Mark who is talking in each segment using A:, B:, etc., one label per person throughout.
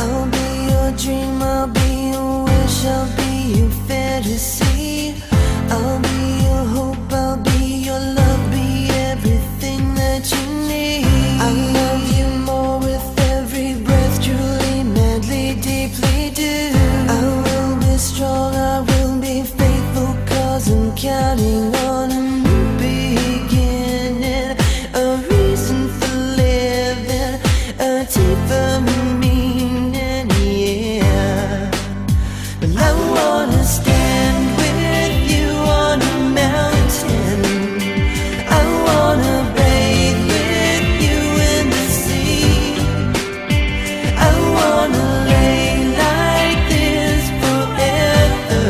A: I'll be your dream, I'll be your wish, I'll be your fantasy. I'll be your hope, I'll be your love, be everything that you need. I love you more with every breath, truly, madly, deeply do. I will be strong, I will be faithful, cause I'm counting on a new beginning, a reason for living, a deeper meaning, yeah. Well, I wanna stand with you on a mountain. I wanna bathe with you in the sea. I wanna lay like this forever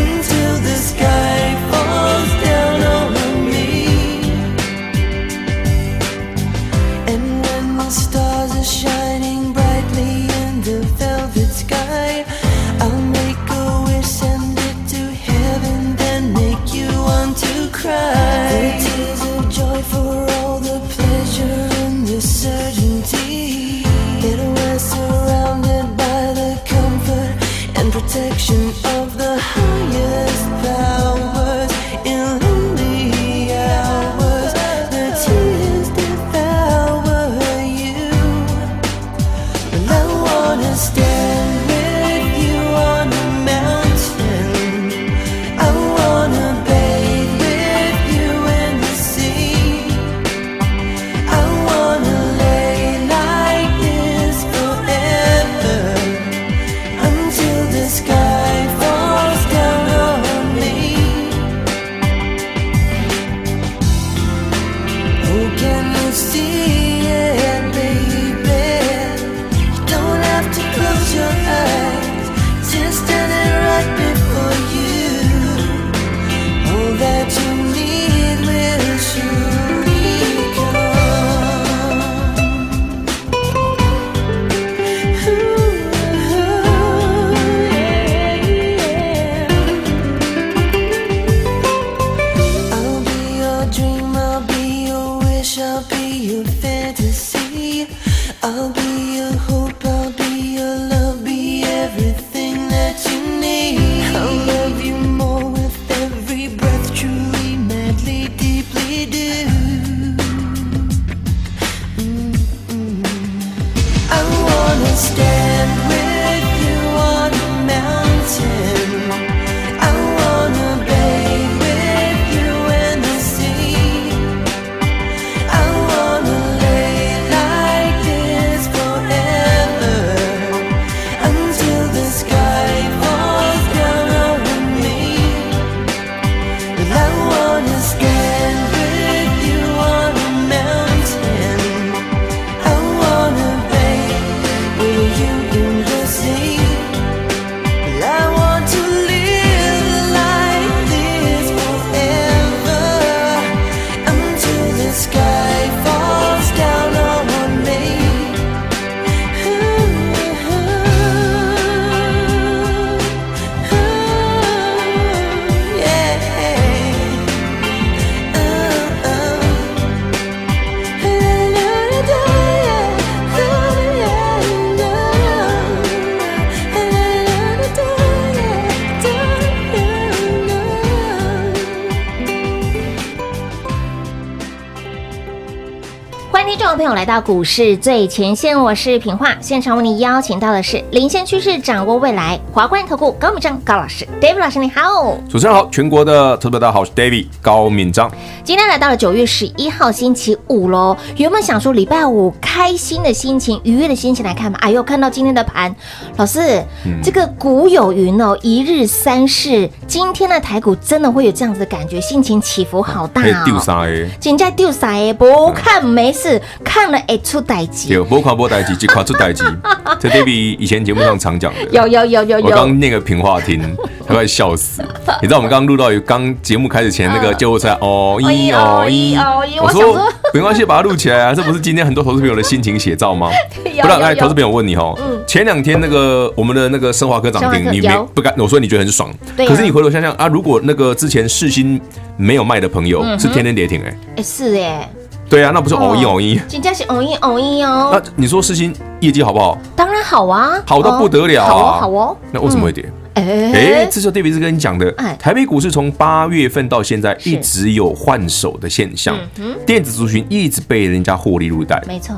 A: until the sky falls down on me. And when the stars are shining brightly in the velvet sky, I'll make a wish, send it to heaven, then make you want to cry. The tears of joy for all the pleasure and the certainty that we're surrounded by the comfort and protection of the highest powers. In lonely hours, the tears devour you. Well, I wanna stand with you on a mountain. I wanna bathe with you in the sea. I wanna lay like this forever until the sky falls down on me. Who can you see it, baby? You don't have to close your eyes. Just standing right before you. All that you need will surely come. I'll be your dream, I'll be your wish, I'll be your fantasy. I'll be your hope, I'll be your love, be everything that you need. I'll love you more with every breath, truly, madly, deeply do. Mm-hmm. I wanna stand with you on a mountain. I wanna bathe with you in the sea. I wanna lay like this forever until the sky falls down on me. Well, I wanna stand with you on a mountain. I wanna bathe with you in the sea. Well, I want to live like this forever until the sky falls down on me. Uh, Yeah.
B: 欢迎听众朋友来到股市最前线，我是品化，现场为您邀请到的是领先趋势、掌握未来华冠投顾高敏章高老师，David 老师你好。
C: 主持人好，全国的特别大家好，我是 David 高敏章。
B: 今天来到了九月十一号星期五喽，原本想说礼拜五开心的心情、愉悦的心情来看吧，哎呦，看到今天的盘，老师，
C: 嗯
B: 这个古有云哦，一日三市，今天的台股真的会有这样子的感觉，心情起伏好大
C: 哎，第
B: 哦。
C: 三 A，
B: 人家丢啥耶？不看没事，看了哎出代机。
C: 有波垮波代机，即垮出 代机，这 David 以前节目上常讲的。
B: 有有有有
C: 我
B: 有，
C: 刚那个平话听，他快笑死。你知道我们刚刚录到有刚节目开始前那个救护车哦一哦一
B: 啊哦一哦一
C: 我
B: 我想说
C: 说没关系，把它录起来啊，这不是今天很多投资朋友的心情写 照吗？不然，来，投资朋友问你哦，
B: 嗯
C: 前两天那个我们的那个升华科涨
B: 升华
C: 停，
B: 科
C: 你没
B: 有
C: 不敢，我说你觉得很爽，
B: 对啊
C: 可是你回头想想啊，如果那个之前世新没有卖的朋友是天天跌停哎，
B: 哎是哎，
C: 对啊，那不是哦一
B: 嗯哦
C: 哦一。
B: 人家是偶一偶一
C: 那
B: 哦，
C: 你说世新业绩好不好？
B: 当然好啊，
C: 啊好到
B: 哦
C: 不得了
B: 好
C: 啊！
B: 哦好哦，
C: 那为什么会跌？哎、
B: 哎
C: 这就是 David 是跟你讲的
B: 哎，
C: 台北股市从八月份到现在
B: 是嗯
C: 一直有换手的现象，电子族群一直被人家获利入袋。
B: 没错，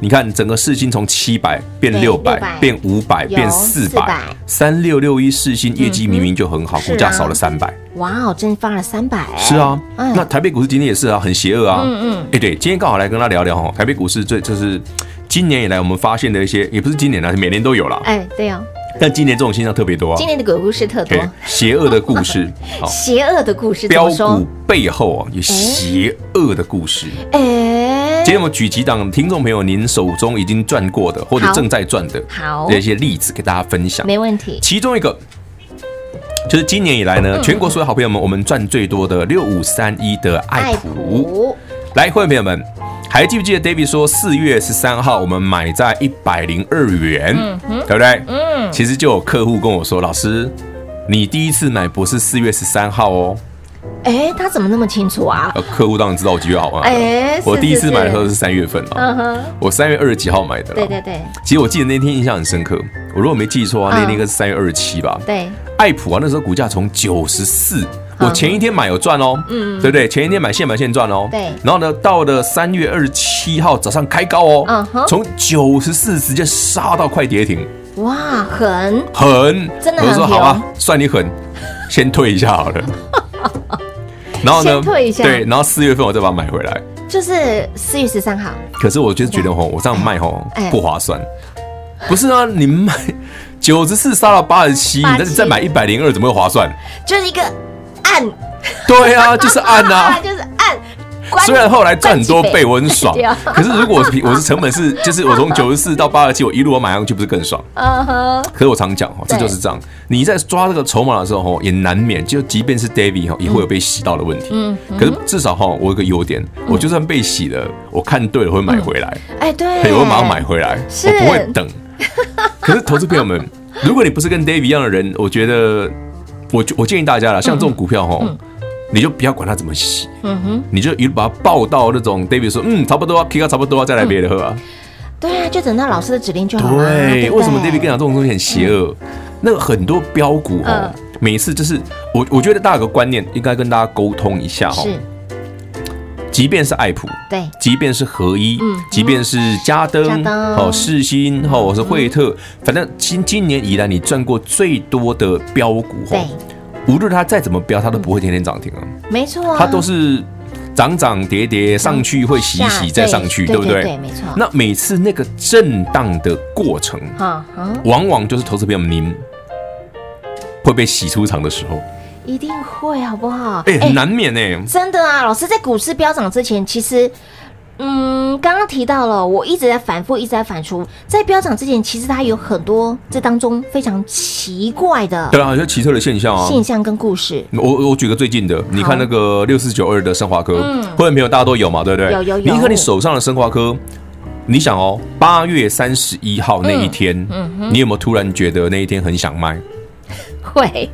C: 你看，整个市心从七百变
B: 对
C: 六百
B: 600，
C: 变五百，
B: 有
C: 变四百，三六六一市心业绩明明就很好，
B: 是啊
C: 股价少了三百。
B: 哇哦，真发了三百，
C: 是啊，
B: 哎
C: 那台北股市今天也是啊，很邪恶啊。
B: 嗯嗯，
C: 哎，对，今天刚好来跟他聊聊哦，台北股市最就是今年以来我们发现的一些，也不是今年啦，啊每年都有啦，
B: 哎对哦，
C: 但今年这种现象特别多啊
B: 今。年的鬼故事特多
C: 哎，邪恶的 故事，好，
B: 邪恶的故事怎
C: 标
B: 么说
C: 股？背后啊有邪恶的故事。
B: 哎
C: 今，天我们举几档听众朋友您手中已经赚过的或者
B: 好
C: 正在赚的
B: 好
C: 这些例子给大家分享。
B: 没问题，
C: 其中一个就是今年以来
B: 嗯
C: 呢，全国所有好朋友们，我们赚最多的六五三一的爱普。来，会员朋友们，还记不记得 David 说四月十三号我们买在一百零二元，对不对？嗯，其实就有客户跟我说，老师，你第一次买不是四月十三号哦。
B: 哎，他怎么那么清楚啊？
C: 呃，客户当然知道我几月好玩。
B: 哎
C: 我
B: 是
C: 第一
B: 是
C: 次买的
B: 是
C: 时候是三月份
B: 嗯
C: 嘛，
B: 哼，
C: 我三月二十几号买的啦。
B: 对对对
C: 其实我记得那天印象很深刻，我如果没记错啊，那天应该是三月二十七吧。
B: 对，
C: 爱普啊，那时候股价从九十四，
B: 嗯
C: 我前一天买有赚哦，对不对？前一天买现买现赚哦，
B: 对
C: 然后呢，到了三月二十七号早上开高
B: 嗯
C: 哦
B: 哼，
C: 从九十四直接杀到快跌停，
B: 哇，狠，
C: 狠，
B: 真的
C: 我就
B: 很
C: 说
B: 狠哦
C: 好啊，算你狠，先退一下好 了。然后呢？
B: 先退一下
C: 对，然后四月份我再把它买回来。
B: 就是四月十三号，
C: 可是我就是觉得吼，我这样卖吼
B: 哎
C: 不划算。不是啊，你卖九十四杀到八十七，你再
B: 87
C: 再买一百零二，怎么会划算？
B: 就是一个按，。
C: 对啊，就是按啊
B: 就是按，关
C: 虽然后来赚很多倍，我很爽
B: 对啊。
C: 可是如果我是我是成本是，就是我 从九十四到八十七，我一路我买上去，不是更爽？
B: 嗯哼，
C: 可是我常讲哦，这就是这样。你在抓这个筹码的时候哦，也难免就即便是 David 哦，也会有被洗到的问题。可是至少哈，我有个优点，我就算被洗了，我看对了会买回来，
B: 哎 对，
C: 嘿我会马上买回来，
B: 是
C: 我不会 等。可是投资朋友们，如果你不是跟 David 一样的人，我觉得我我建议大家啦，像这种股票哈，你就不要管它怎么洗，
B: 嗯哼，
C: 你就一路把它抱到那种 David 说，嗯，差不多啊，K 到差不多啊，再来别的喝啊。
B: 对啊，就等到老师的指令就好了。
C: 对，
B: 不
C: 为什么 David 跟你讲这种东西很邪恶？那个很多标股哦
B: 嗯，
C: 每次就是我我觉得大家有个观念应该跟大家沟通一下哦，
B: 是，
C: 即便是爱普。
B: 对，
C: 即便是合一，即便是嘉登，
B: 嗯嘉登嗯
C: 哦，世新，哦，我是惠特，反正今今年以来你赚过最多的标股，哦
B: 对，
C: 无论它再怎么飙，它都不会天天涨停啊，
B: 没错啊，
C: 它都是涨涨跌跌上去会洗一
B: 下
C: 洗再上去，
B: 对
C: 不
B: 对？对，没错。
C: 那每次那个震荡的过程，
B: 哈嗯哈，
C: 往往就是投资朋友们您会被洗出场的时候，
B: 一定会好不好？
C: 哎、很难免哎、
B: 真的啊，老师在股市飙涨之前，其实。嗯，刚刚提到了，我一直在反复，一直在反复。在飙涨之前，其实它有很多这当中非常奇怪的
C: 对啊，有些奇特的现象啊。
B: 现象跟故事。
C: 我我举个最近的，你看那个六四九二的生华科，会员朋友大家都有嘛，对不对？
B: 嗯有有有
C: 你看你手上的生华科，你想哦，八月三十一号那
B: 嗯
C: 一天，你有没有突然觉得那一天很想卖？
B: 会，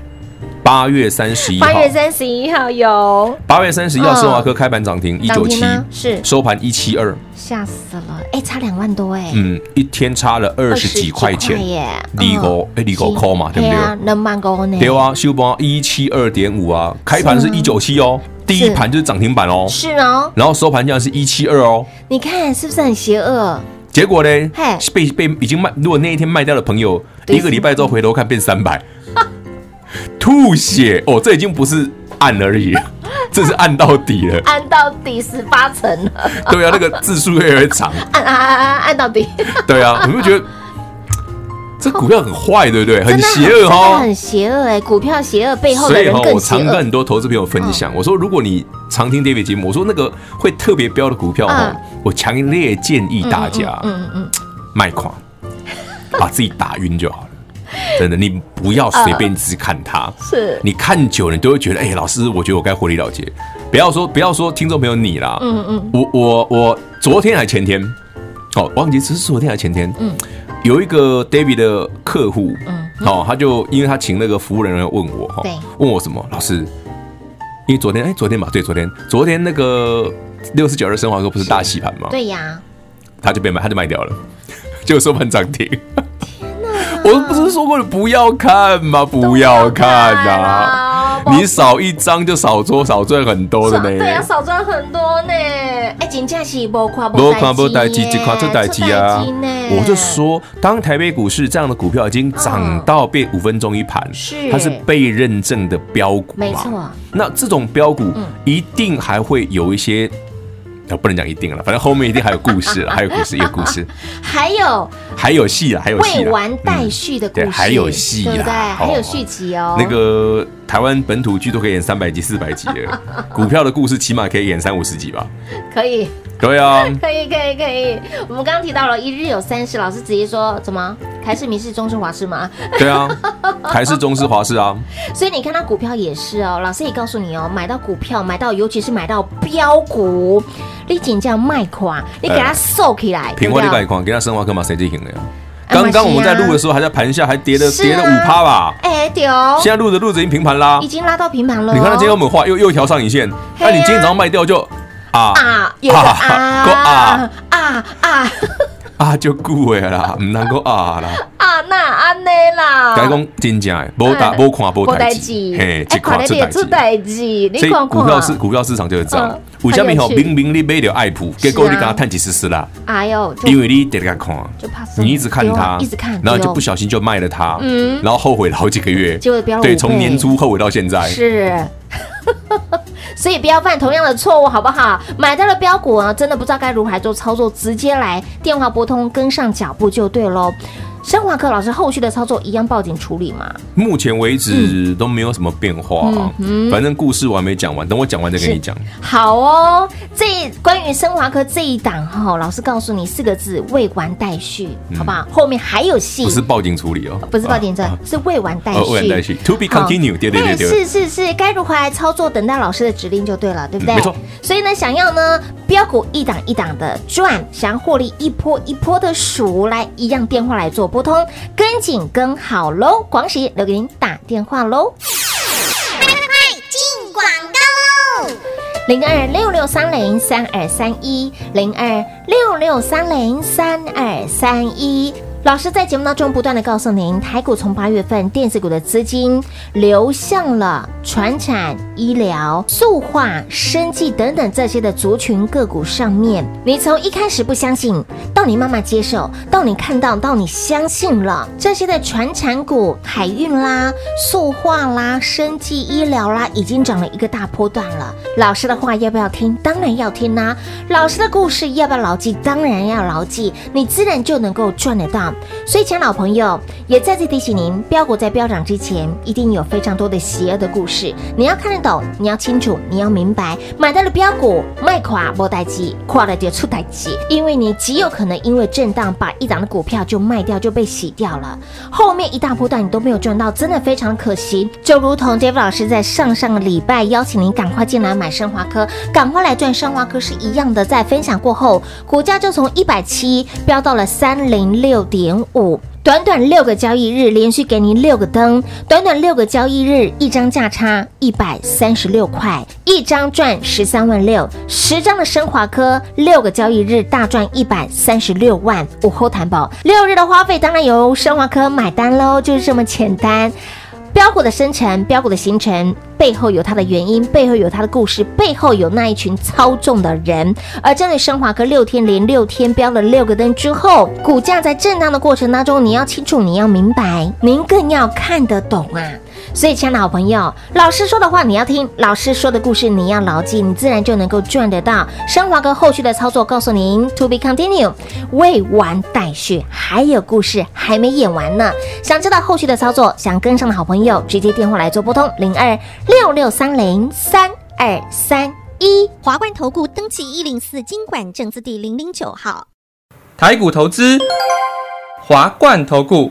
C: 八月三啊十一号
B: 八，月三十一号有
C: 八月三十一号，生华科开盘涨停一
B: 涨
C: 九
B: 停
C: 七，
B: 吗？是，
C: 收盘一七二，
B: 吓死了！哎、差两万多哎、
C: 嗯，一天差了
B: 嗯
C: 二十几块钱
B: 20几，耶，
C: 二五哎二五块嘛对不对
B: 啊，能万高呢？
C: 对啊，收盘一七二点五啊，开盘是一九七哦，第一盘就是涨停板哦，
B: 是哦，
C: 然后收盘价是一七二哦。
B: 你看是不是很邪恶？
C: 结果呢
B: 嘿，
C: 被被已经卖，如果那一天卖掉的朋友，
B: 对
C: 一个礼拜之后回头看变三百，吐血哦！这已经不是按 而已，这是按到底了。
B: 按到底十八层了，
C: 对啊，那个字数越来越长。
B: 按按按按按到底，
C: 对啊，你会觉得这股票很坏，对不对？很
B: 真的
C: 邪恶
B: 真的
C: 哦。
B: 很邪恶哎，股票邪恶背后
C: 所
B: 的
C: 以
B: 人
C: 哦，
B: 更嗯
C: 我
B: 邪
C: 常跟
B: 恶。
C: 很多投资朋友分享，我说如果你常听 David 节目，我说那个会特别标的股票哦
B: 嗯，
C: 我强烈建议大家
B: 嗯嗯，
C: 卖垮，把自己打晕就好了。真的，你不要随便只看 它。
B: 是
C: 你看久了，你都会觉得，哎、老师，我觉得我该火力了结。不要说，不要说，听众朋友你啦，嗯嗯，我我我昨天还前天，哦，忘记是昨天还前天，嗯，有一个 David 的客户，嗯，哦，他就因为他请那个服务人员问我，哈
B: 对
C: 问我什么，老师，因为昨天，哎、昨天吧，对，昨天，昨天那个六十九日升华哥不是大洗盘吗？
B: 对呀，
C: 他就被卖，他就卖掉了， 就收盘涨停。 我不是说过了不要看吗？不要看呐、
B: 啊
C: 你少一张就少多少赚很多的
B: 对啊，
C: 呢。
B: 少赚很多呢。哎，真正是无看
C: 多
B: 无
C: 看不待机，
B: 耶
C: 只看这待机啊
B: 出事呢！
C: 我就说，当台北股市这样的股票已经涨到被五分钟一盘，
B: 嗯是
C: 它是被认证的标股嘛？
B: 没错。嗯
C: 那这种标股一定还会有一些，啊，不能讲一定了，反正后面一定还有故事 了，还有故事，有故事，
B: 还有
C: 还有戏了，还有戏
B: 未
C: 了。
B: 完待
C: 嗯
B: 续的故
C: 对
B: 事，
C: 还有戏啦
B: 对不对？
C: 哦
B: 还有续集哦。
C: 那个台湾本土剧都可以演三百集、四百集 了，股票的故事起码可以演三五十集吧？
B: 可以，
C: 对啊，
B: 可以，可以，可以。我们刚刚提到了一日有三十，老师直接说怎么台式、民事、中式、华式吗？
C: 对啊，还是中式、华式啊，
B: 所以你看它股票也是哦，老师也告诉你哦，买到股票，买到尤其是买到标股，你紧这样卖垮，你给它收起来，对
C: 平
B: 不
C: 花
B: 对
C: 礼拜框，给他生活干嘛？谁最行的呀？
B: 啊
C: 刚刚我们在录的时候还在盘下，还跌了
B: 是啊
C: 跌了五趴吧，
B: 哎对哦，
C: 现在录着录着已经平盘啦
B: 已。经拉到平盘了哦。
C: 你看他今天我们画又又调上影线，那你今天早上卖掉就啊
B: 啊，有个啊
C: 啊个啊
B: 啊啊
C: 啊就顾尾啦，唔能够啊啦。
B: 啊那安内啦，
C: 该讲真正的，无打无看无
B: 不
C: 代
B: 啊代
C: 志，
B: 志，
C: 嘿，
B: 哎
C: 一看
B: 看
C: 出
B: 得
C: 代
B: 到
C: 志
B: 出。代志，你
C: 所
B: 看
C: 以
B: 看啊
C: 股票市股票市场就是这样
B: 嗯，
C: 有下面吼
B: 很有趣
C: 明明你买了爱普，结果
B: 是啊
C: 你给它探几十丝啦，
B: 哎呦，就
C: 因为你得给它看，
B: 就怕死
C: 你一直看
B: 丢
C: 它
B: 啊，一直看，
C: 然后就
B: 丢
C: 不小心就卖了它，
B: 嗯
C: 然后后悔了好几个月，
B: 结果标了
C: 对，
B: 五
C: 从
B: 倍
C: 年初后悔到现在，
B: 是。 所以不要犯同样的错误，好不好？买到了标股呢，真的不知道该如何来做操作，直接来电话拨通，跟上脚步就对喽。生华课老师后续的操作一样报警处理嘛？
C: 目前为止都没有什么变化啊，
B: 嗯
C: 反正故事我还没讲完，等我讲完再跟你讲。
B: 好哦，这关于升华科这一档哈、老师告诉你四个字：未完待续，好不好？后面还有戏，
C: 嗯不是报警处理哦，
B: 嗯不是报警证，
C: 啊
B: 是未完待续。
C: 哦未完待续，to be
B: 好
C: continue，对对对对
B: 是是是，该如何来操作，等待老师的指令就对了，对不对？
C: 嗯没错。
B: 所以呢，想要呢标股一档一档的赚，想要获利一波一波的数，来一样电话来做拨通，跟紧跟好喽。广喜留给您打电话喽。零二六六三零三二三一，零二六六三零三二三一。老师在节目当中不断的告诉您，台股从八月份电子股的资金流向了船产、医疗、塑化、生技等等这些的族群个股上面。你从一开始不相信，到你慢慢接受，到你看到，到你相信了这些的船产股、海运啦、塑化啦、生技、医疗啦，已经涨了一个大波段了。老师的话要不要听？当然要听啦、老师的故事要不要牢记？当然要牢记，你自然就能够赚得到。所以，亲爱的老朋友，也再次提醒您，标股在飙涨之前，一定有非常多的邪恶的故事，你要看得懂，你要清楚，你要明白，买到了标股，卖垮莫代机，垮了就出代机，因为你极有可能因为震荡把一档的股票就卖掉，就被洗掉了，后面一大波段你都没有赚到，真的非常可惜。就如同 David 老师在上上个礼拜邀请您赶快进来买升华科，赶快来赚升华科是一样的，在分享过后，股价就从一百七飙到了三零六点五。短短六个交易日，连续给您六个灯，短短六个交易日，一张价差一百三十六块，一张赚十三万六，十张的升华科，六个交易日大赚一百三十六万，午后谈宝，六日的花费当然由升华科买单喽，就是这么简单。标股的生成、标股的形成，背背后有它的原因，背后有它的故事，背后有那一群操纵的人。而针对升华科六天连六天标了六个灯之后，股价在震荡的过程当中，你要清楚，你要明白，您更要看得懂啊。所以，亲爱的好朋友，老师说的话你要听，老师说的故事你要牢记，你自然就能够赚得到。升华哥后续的操作告诉您，to be continue，未完待续，还有故事还没演完呢。想知道后续的操作，想跟上的好朋友，直接电话来做拨通零二六六三零三二三一。
D: 华冠投顾登记一零四经管证字第零零九号。
E: 台股投资，华冠投顾。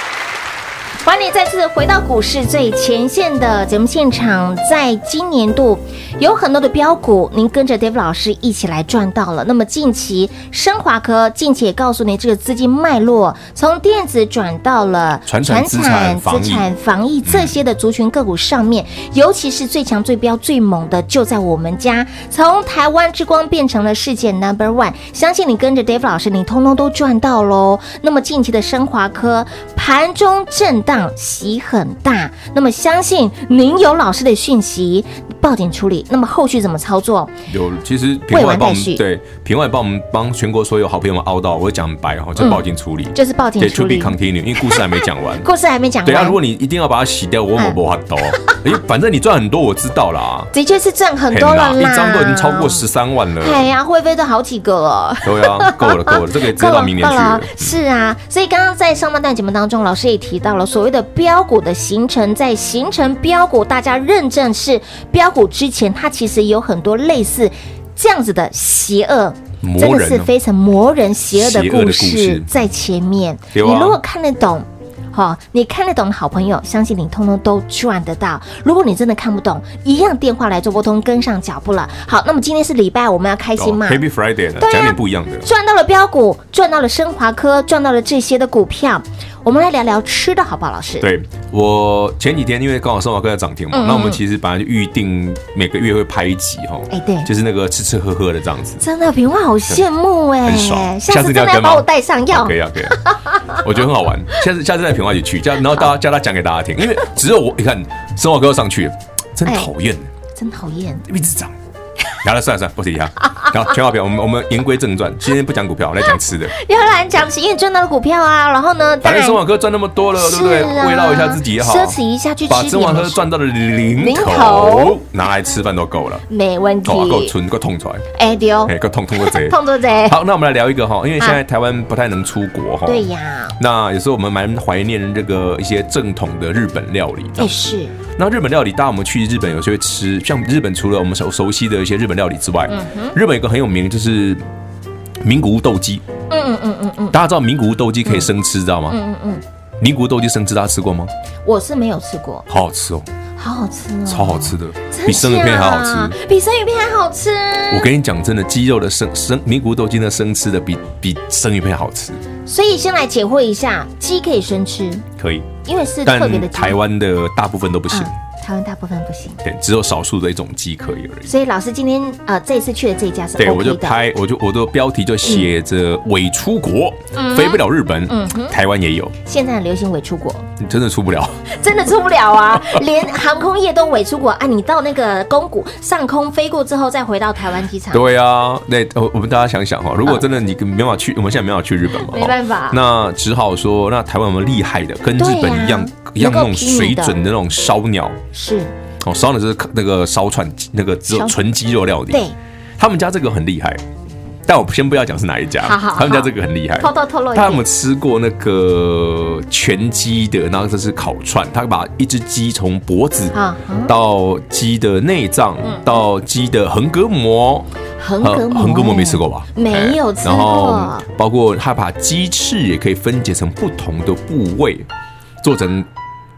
B: 欢迎你再次回到股市最前线的节目现场，在今年度有很多的标股，您跟着 Dave 老师一起来赚到了。那么近期升华科，近期也告诉您这个资金脉络，从电子转到了
C: 传产资产
B: 传产
C: 防疫
B: 资产防疫这些的族群个股上面，尤其是最强、最标、最猛的，就在我们家。从台湾之光变成了世界 number one，相信你跟着 Dave 老师，你通通都赚到喽。那么近期的升华科盘中震荡洗很大，那么相信您有老师的讯息，报警处理。那么后续怎么操作？
C: 有，其实平
B: 未
C: 外
B: 完
C: 帮我
B: 待续
C: 们对平外帮我们帮全国所有好朋友们凹到，我讲白哈，就报警处理，
B: 嗯就是报警
C: 对
B: 处
C: ，to be
B: 理。。
C: continue，因为故事还没讲完
B: 故事还没讲
C: 对啊，如
B: 完
C: 果。你一定要把它洗掉，我我
B: 嗯
C: 不法 抖。哎，反正你赚很多，我知道啦。
B: 的确是赚很多
C: 嘿
B: 了啦，
C: 一张都已经超过十三万了。
B: 哎呀，会飞都好几个了。
C: 对啊，够 了够了，这个也直接到明年去嗯
B: 够了
C: 了
B: 够。了是啊，所以刚刚在上半段节目当中，老师也提到了所谓的标股的形成，在形成标股，大家认证是标股之前，它其实有很多类似这样子的邪恶。
C: 魔
B: 真的
C: 人
B: 是
C: 哦
B: 非常魔人邪恶的
C: 邪恶的
B: 故
C: 故
B: 事
C: 事
B: 在前面，你
C: 有啊
B: 如果看得懂。好、你看得懂的好朋友，相信你通通都赚得到。如果你真的看不懂，一样电话来做拨通，跟上脚步了。好，那么今天是礼拜，我们要开心嘛？
C: Happy Friday 了，
B: 对啊
C: 讲点不一样的。
B: 赚到了标股，赚到了升华科，赚到了这些的股票。我们来聊聊吃的好不好，老师？，
C: 对我前几天因为刚好生华课在涨停嘛，
B: 嗯嗯
C: 那我们其实本来就预定每个月会拍一集哈，
B: 哎对
C: 就是那个吃吃喝喝的这样子。
B: 真的平花好羡慕哎、
C: 很爽
B: 下
C: 下次
B: 次
C: 一
B: 真
C: 定要
B: 的要
C: 跟吗
B: 把我带上药
C: 可。以啊，可以啊， 我觉得很好玩。下次下次带平花一起去，叫然后大家叫他讲给大家听，因为只有我，你看生华课要上去，真
B: 哎
C: 讨厌，
B: 真讨厌，
C: 一直涨。好了，算了算了，不提他。好，全华表，我们我们言归正传，今天不讲股票，来讲吃的。
B: 要不然讲不起，因为赚到了股票啊，然后呢， 当
C: 嗯反正
B: 然
C: 生华哥赚那么多了，对不对？
B: 是啊
C: 慰劳一下自己也好，
B: 奢侈一下去吃
C: 把生华
B: 点
C: 哥
B: 美食
C: 赚到的零
B: 零头
C: 头拿来吃饭都够了。
B: 没问题
C: 够。啊，够存，够痛出来，
B: 哎丢，。
C: 哎，够痛痛过贼
B: 痛多贼。
C: 好，那我们来聊一个哈，因为现在台湾不太能出国哈。
B: 对。呀，
C: 那有时候我们蛮怀念这个一些正统的日本料理。
B: 哎是，
C: 那日本料理，大家我们去日本有时候会吃，像日本除了我们熟熟悉的一些日本料理之外，
B: 嗯
C: 日本有一个很有名的就是名古屋斗鸡。
B: 嗯嗯嗯嗯嗯，
C: 大家知道名古屋斗鸡可以生吃，知道吗？嗯嗯嗯。名古屋斗鸡生吃，大家吃过吗？
B: 我是没有吃过，
C: 好好吃哦，
B: 好好吃哦，
C: 超好吃的，
B: 真是啊，
C: 比生鱼片还好吃。
B: 比生鱼片还好吃。
C: 我跟你讲，真的，鸡肉的生生名古屋斗鸡的生吃的比比生鱼片好吃，
B: 所以先来解惑一下，鸡可以生吃，
C: 可以。
B: 因为是
C: 但
B: 特别的鸡
C: 台湾的大部分都不行，
B: 嗯，台湾大部分不行。
C: 对，只有少数的一种鸡可以而已。
B: 所以老师今天呃这一次去的这一家是 OK
C: 对，
B: 的，嗯
C: 我就拍，我就我的标题就写着“伪出国，飞不了日本，台湾也有，
B: 现在很流行伪出国，
C: 你真的出不了。
B: 真的出不了 啊，连航空业都伪出国啊！你到那个宫古上空飞过之后，再回到台湾机场，
C: 对啊，那呃我们大家想想哈，如果真的你没办法去，我们现在没办法去日本嘛，
B: 嗯没办法
C: 哦那只好说，那台湾有没有厉害的，跟日
B: 对
C: 本
B: 啊
C: 一样一样那
B: 能够
C: 种
B: 拼
C: 水
B: 你的
C: 准的那种烧鸟
B: 是
C: 哦，烧鸟就是那个烧串那个只有
B: 烧
C: 纯鸡肉料理，
B: 对，
C: 他们家这个很厉害，但我先不要讲是哪一家，
B: 好好好
C: 他们家这个很厉害。
B: 偷偷透露一
C: 他有没
B: 点
C: 有吃过那个全鸡的？然后这是烤串，他把一只鸡从脖子
B: 啊啊
C: 到鸡的内脏，到鸡的横膈膜，
B: 横
C: 呃
B: 膈膜，
C: 横膈膜没吃过吧？
B: 没有吃
C: 然后
B: 过，
C: 包括他把鸡翅也可以分解成不同的部位，做成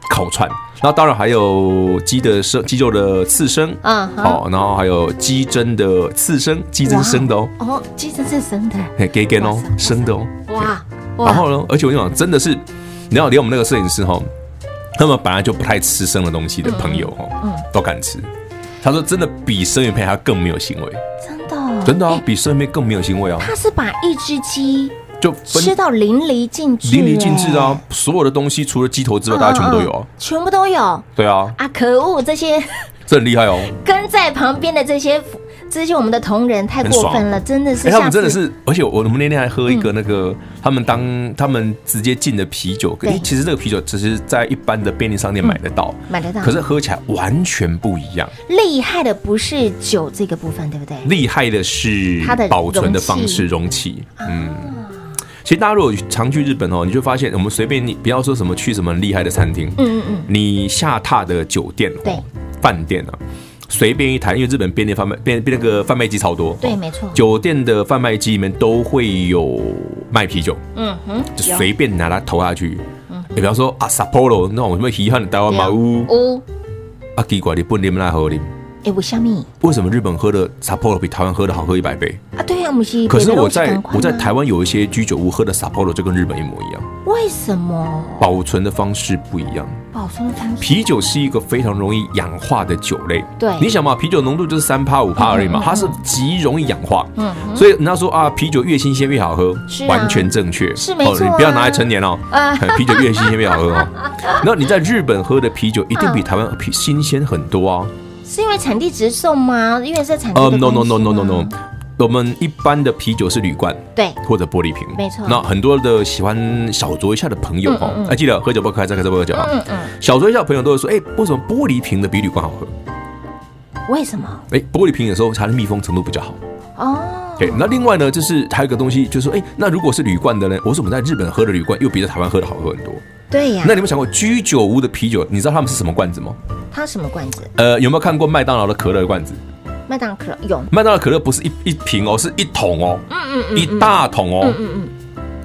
C: 烤串。然后当然还有鸡的生鸡肉的刺身，
B: 嗯哼
C: 好、然后还有鸡胗的刺身，鸡胗是生的哦，
B: 哦，鸡胗是生的，
C: 嘿，给给
B: 哇
C: 哦
B: 塞哇，塞
C: 生的哦。
B: 哇
C: 然
B: 哇，
C: 后呢，而且我跟你讲，真的是，你知道，连我们那个摄影师哈，他们本来就不太吃生的东西的朋友
B: 嗯
C: 哈，都敢吃。他说真的比生鱼片还更没有腥味，
B: 真的哦，
C: 真的哦，比生鱼片更没有腥味哦，
B: 他是把一只鸡
C: 就分
B: 吃到淋漓尽致，
C: 淋漓尽致啊
B: 哎，！
C: 所有的东西除了鸡头之
B: 嗯
C: 外，大家全部都有啊
B: 嗯。全部都有啊！
C: 对啊，
B: 可恶，这些
C: 这很厉害哦。
B: 跟在旁边的这些这些我们的同仁太过分了，真的是
C: 哎，他
B: 下次
C: 们
B: 嗯
C: 真的是，而且我我们那天还喝一个那个他们当他们直接进的啤酒，可
B: 对嗯
C: 是其实这个啤酒只是在一般的便利商店买得到，
B: 买得到，
C: 可是喝起来完全不一样。
B: 厉害的不是酒这个部分，对不对？
C: 厉害的是
B: 它的
C: 保存
B: 容
C: 的
B: 器啊
C: 方式、容器。嗯，其实大家如果常去日本哦，你就发现我们随便你不要说什么去什么很厉害的餐厅，
B: 嗯嗯嗯，
C: 你下榻的酒店、
B: 对
C: 哦、饭店啊，随便一台，因为日本便利贩卖便便那个贩卖机超多，
B: 对，
C: 哦
B: 没错，
C: 酒店的贩卖机里面都会有卖啤酒，
B: 嗯哼，
C: 就随便拿它投下去。你比方说啊，Sapporo，那我们遗憾的台湾马乌
B: 五，
C: 啊，奇怪，你不啉那喝啉，
B: 哎，我虾米
C: 为什么日本喝的 Sapporo 比台湾喝的好喝一百倍？
B: 啊？对啊，我们是
C: 可是
B: 北
C: 我
B: 路是
C: 在
B: 同款
C: 我在
B: 吗
C: 台湾有一些居酒屋喝的 Sapporo 就跟日本一模一样，
B: 为什么
C: 保存的方式不一样。
B: 保存方式？
C: 啤酒是一个非常容易氧化的酒类，
B: 对嗯
C: 你想嘛，啤酒浓度就是三趴五趴而已嘛，它是极容易氧化，嗯，所以人家说啊，啤酒越新鲜越好喝
B: 是啊，
C: 完全正确，
B: 是没错啊
C: 你不要拿来成 年哦，啤酒越新鲜越好喝哦。然后你在日本喝的啤酒一定比台
B: 嗯
C: 湾啤新鲜很多啊，
B: 是因为产地直送吗？因为在产地
C: 呃
B: 的
C: ，no
B: 关
C: no
B: 系
C: no no no
B: 吗
C: no，我们一般的啤酒是铝罐，
B: 对，
C: 或者玻璃瓶，
B: 没错
C: 那很多的喜欢小酌一下的朋友哈，还记得喝酒不开车，开车不喝酒啊。
B: 嗯嗯，
C: 小酌一下的朋友都会说，哎，为什么玻璃瓶的比铝罐好喝？
B: 为什么？
C: 哎，玻璃瓶有时候它的密封程度比较好。
B: 哦，
C: 对，那另外呢，就是还有一个东西，就是说，哎，那如果是铝罐的呢？我说我们在日本喝的铝罐又比在台湾喝的好喝很多。
B: 对呀
C: 那，你有没有想过居酒屋的啤酒，你知道他们是什么罐子吗？
B: 它什么罐子？
C: 呃，有没有看过麦当劳的可乐的罐子？
B: 麦当可有？
C: 麦当劳可乐不是一一瓶哦，是一桶哦，
B: 嗯嗯
C: 一大桶哦。
B: 嗯嗯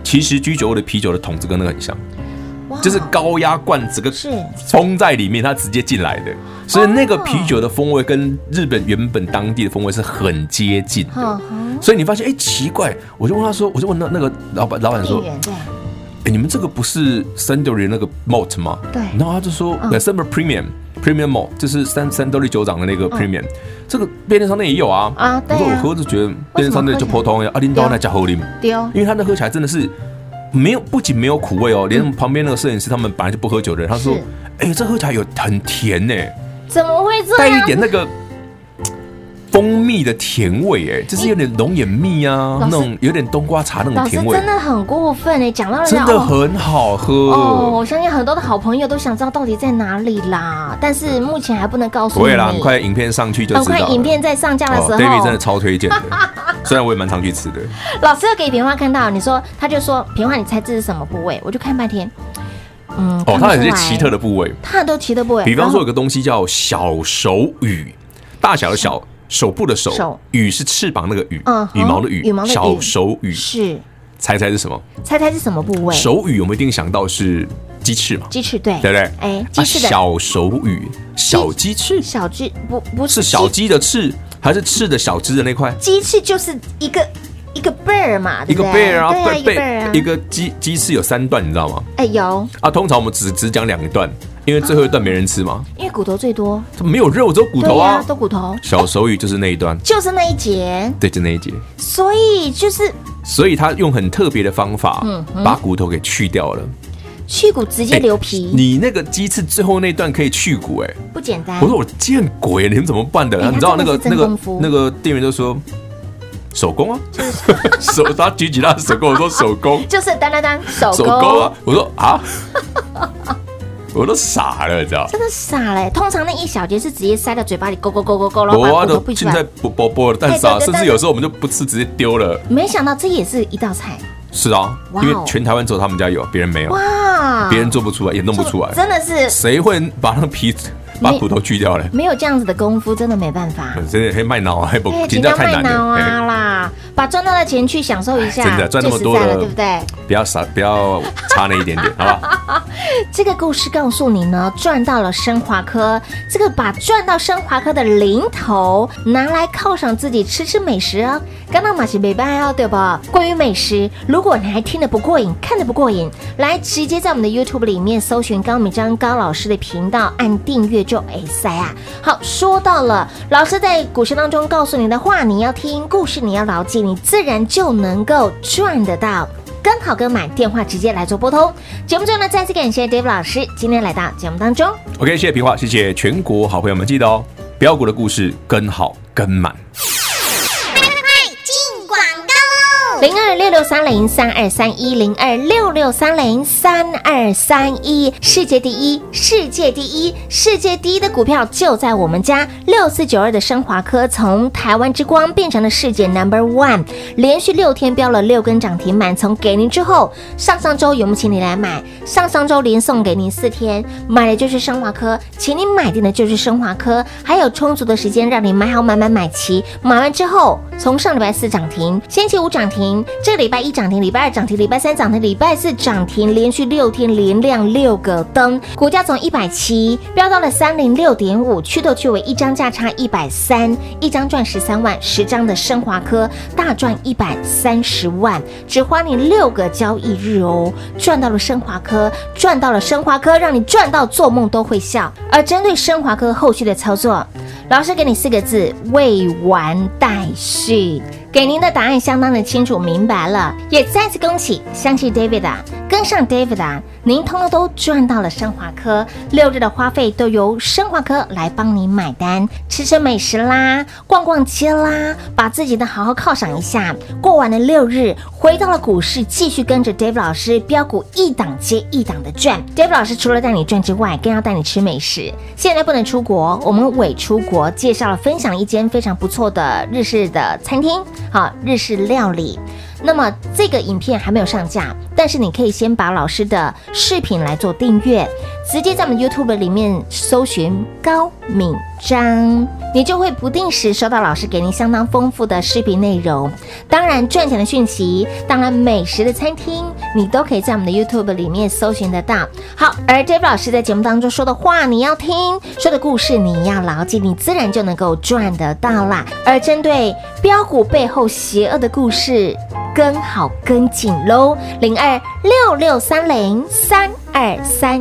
C: 其实居酒屋的啤酒的桶子跟那个很像。
B: 嗯，哇
C: 就是高压罐整个
B: 是
C: 冲在里面，它直接进来的，所以那个啤酒的风味跟日本原本当地的风味是很接近
B: 嗯
C: 的。
B: 哼，
C: 所以你发现，哎、奇怪，我就问他说，我就问那那个老板，老板说
B: 店，员对，
C: 哎、你们这个不是 Suntory 那个 malt 吗？
B: 对嗯
C: 然后他就说，呃、s u n t o r Premium Premium malt 就是三三得利酒厂的那个 Premium，、这个便利商店也有啊。
B: 嗯啊对啊
C: 我说我喝就觉得便利商店就普通呀，啊阿林
B: 啊
C: 刀那加好啉。
B: 丢
C: 因为他那喝起来真的是没有，不仅没有苦味哦，连旁边那个摄影师他们本来就不喝酒的人，他说
B: 嗯是：“啊
C: 哎、这喝起来有很甜呢、
B: 怎么会这
C: 带
B: 样？
C: 一点那个蜂蜜的甜味，哎，就是有点龙眼蜜啊，
B: 老师
C: 那种有点冬瓜茶那种
B: 老师
C: 甜味，
B: 真的很过分哎，讲到人
C: 真
B: 家
C: 的
B: 哦
C: 很好喝。嗯
B: 哦，我相信很多的好朋友都想知道到底在哪里啦，但是目前还不能告诉
C: 不
B: 你。
C: 会啦，很快影片上去就
B: 很
C: 知道
B: 嗯哦快
C: 了。
B: 影片在上架的时候，
C: 哦，David 真的超推荐的， 虽然我也蛮常去吃的。
B: 老师又给平花看到，你说他就说平花，你猜这是什么部位？我就看半天，嗯，
C: 哦，它
B: 看
C: 有
B: 不
C: 些
B: 出来
C: 奇特，的部位，
B: 他很多奇特部位，
C: 比方说
B: 然
C: 有个东西叫小手羽，大小的小，手部的手
B: 嗯手，
C: 羽是翅膀那个羽
B: 嗯，哼
C: 羽毛的羽
B: 羽毛，的羽
C: 小手羽
B: 后，是
C: 猜猜是什么？
B: 猜猜是什么部位？
C: 手羽我们一定想到是鸡翅嘛，
B: 鸡翅对
C: 对不对？
B: 哎，
C: 啊
B: 鸡翅的
C: 小手羽，小鸡翅
B: 小鸡不不
C: 是小鸡的翅还是翅的小只的那块？
B: 鸡翅就是一个一个贝儿嘛，
C: 一
B: 对
C: 个
B: 不对
C: 贝儿啊，
B: 对啊，
C: 贝
B: 一个贝儿啊
C: 贝，一个鸡鸡翅有三段，你知道吗？
B: 哎有，
C: 啊，通常我们只只讲两段，因为最后一段没人吃嘛，
B: 因为骨头最多，
C: 它没有肉，只有骨头
B: 对呀
C: 啊。
B: 都骨头，
C: 小手羽就是那一段，
B: 就是那一节，
C: 对，就那一节。
B: 所以就是
C: 所以他用很特别的方法，
B: 嗯
C: 把骨头给去掉了。
B: 去骨直接
C: 哎
B: 留皮，
C: 你那个鸡翅最后那段可以去骨、哎，
B: 不简单
C: 我。说我见鬼，你们怎么办的？
B: 嗯哎
C: 你知道那个
B: 他真的是
C: 那
B: 真功
C: 个
B: 夫
C: 那个店员就说手工啊，手他举起他的手工，我说手工，啊
B: 就是当当当手
C: 手
B: 工
C: 工啊，我说啊， 我都傻了，你知道？
B: 真的傻嘞！通常那一小节是直接塞到嘴巴里，勾勾勾勾勾，然后把
C: 我啊
B: 骨头
C: 都
B: 不出
C: 现在
B: 来。
C: 不包包了蛋
B: 对对
C: 沙，
B: 对
C: 甚
B: 对
C: 至有时候我们就不吃，直接丢了。
B: 没想到这也是一道菜
C: 是啊，
B: 哇哦
C: 因为全台湾只有他们家有，别人没有，
B: 哇！
C: 别人做不出来，也弄不出来。
B: 真的是
C: 谁会把那个皮把骨头去掉嘞？
B: 没有这样子的功夫，真的没办法。
C: 真的可以卖脑 啊，还不
B: 哎，
C: 真
B: 请
C: 的
B: 教
C: 太
B: 卖
C: 难
B: 脑啊
C: 了。
B: 啦，把赚到的钱去享受一下，
C: 哎真的赚那么多
B: 最实在
C: 了
B: 了，对不对？
C: 嘿不要傻，不要差那一点点，好吧？
B: 这个故事告诉你呢，赚到了升华科，这个把赚到升华科的零头拿来犒赏自己，吃吃美食哦。刚刚马西没办哦，对吧？关于美食，如果你还听得不过瘾，看得不过瘾，来直接在我们的 YouTube 里面搜寻高敏章高老师的频道，按订阅就哎塞啊。好，说到了老师在股市当中告诉你的话，你要听故事，你要牢记，你自然就能够赚得到。跟好跟满，电话直接来做拨通。节目最后呢，再次感谢 Dave 老师今天来到节目当中。
C: OK，谢谢平话，谢谢全国好朋友们，记得哦，标股的故事跟好跟满。
F: 进广告喽！
B: 零二六六三零三二三一零二六六三零三二三一，世界第一，世界第一，世界第一的股票就在我们家。六四九二的升华科从台湾之光变成了世界 Number One，连续六天标了六根涨停板。从给您之后，上上周有没有请你来买？上上周连送给您四天，买的就是升华科，请你买进的就是升华科，还有充足的时间让你买好买买买齐。买完之后，从上礼拜四涨停，星期五涨停，这个礼拜一涨停，礼拜二涨停，礼拜三涨停，礼拜四涨停，连续六天连亮六个灯，股价从一百七飙到了三零六点五，去头去尾一张价差一百三，一张赚十三万，十张的升华科大赚一百三十万，只花你六个交易日哦，赚到了升华科，赚到了升华科，让你赚到做梦都会笑。而针对升华科后续的操作，老师给你四个字：未完待续。给您的答案相当的清楚明白了，也再次恭喜，相信 David 啊，跟上 David 啊，您通通都赚到了升华科六日的花费都由升华科来帮你买单，吃吃美食啦，逛逛街啦，把自己的好好犒赏一下。过完了六日，回到了股市，继续跟着 David 老师标股一档接一档的赚。David 老师除了带你赚之外，更要带你吃美食。现在不能出国，我们伪出国介绍了分享一间非常不错的日式的餐厅，好日式料理。那么这个影片还没有上架，但是你可以先把老师的视频来做订阅，直接在我们 YouTube 里面搜寻高敏章，你就会不定时收到老师给您相当丰富的视频内容。当然，赚钱的讯息，当然美食的餐厅，你都可以在我们的 YouTube 里面搜寻得到。好，而 Dave 老师在节目当中说的话，你要听；说的故事，你要牢记，你自然就能够赚得到啦。而针对标股背后邪恶的故事，跟好跟紧喽，零二六六三零三二三